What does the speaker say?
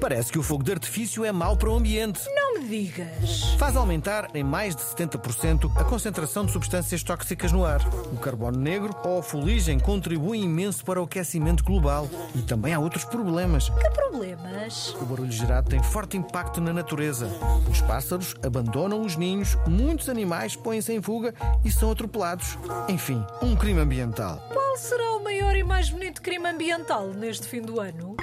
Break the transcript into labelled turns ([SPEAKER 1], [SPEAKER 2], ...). [SPEAKER 1] Parece que o fogo de artifício é mau para o ambiente.
[SPEAKER 2] Não me digas.
[SPEAKER 1] Faz aumentar em mais de 70% a concentração de substâncias tóxicas no ar. O carbono negro ou a fuligem contribuem imenso para o aquecimento global. E também há outros problemas.
[SPEAKER 2] Que problemas?
[SPEAKER 1] O barulho gerado tem forte impacto na natureza. Os pássaros abandonam os ninhos, muitos animais põem-se em fuga e são atropelados. Enfim, um crime ambiental.
[SPEAKER 2] Qual será o maior e mais bonito crime ambiental neste fim do ano?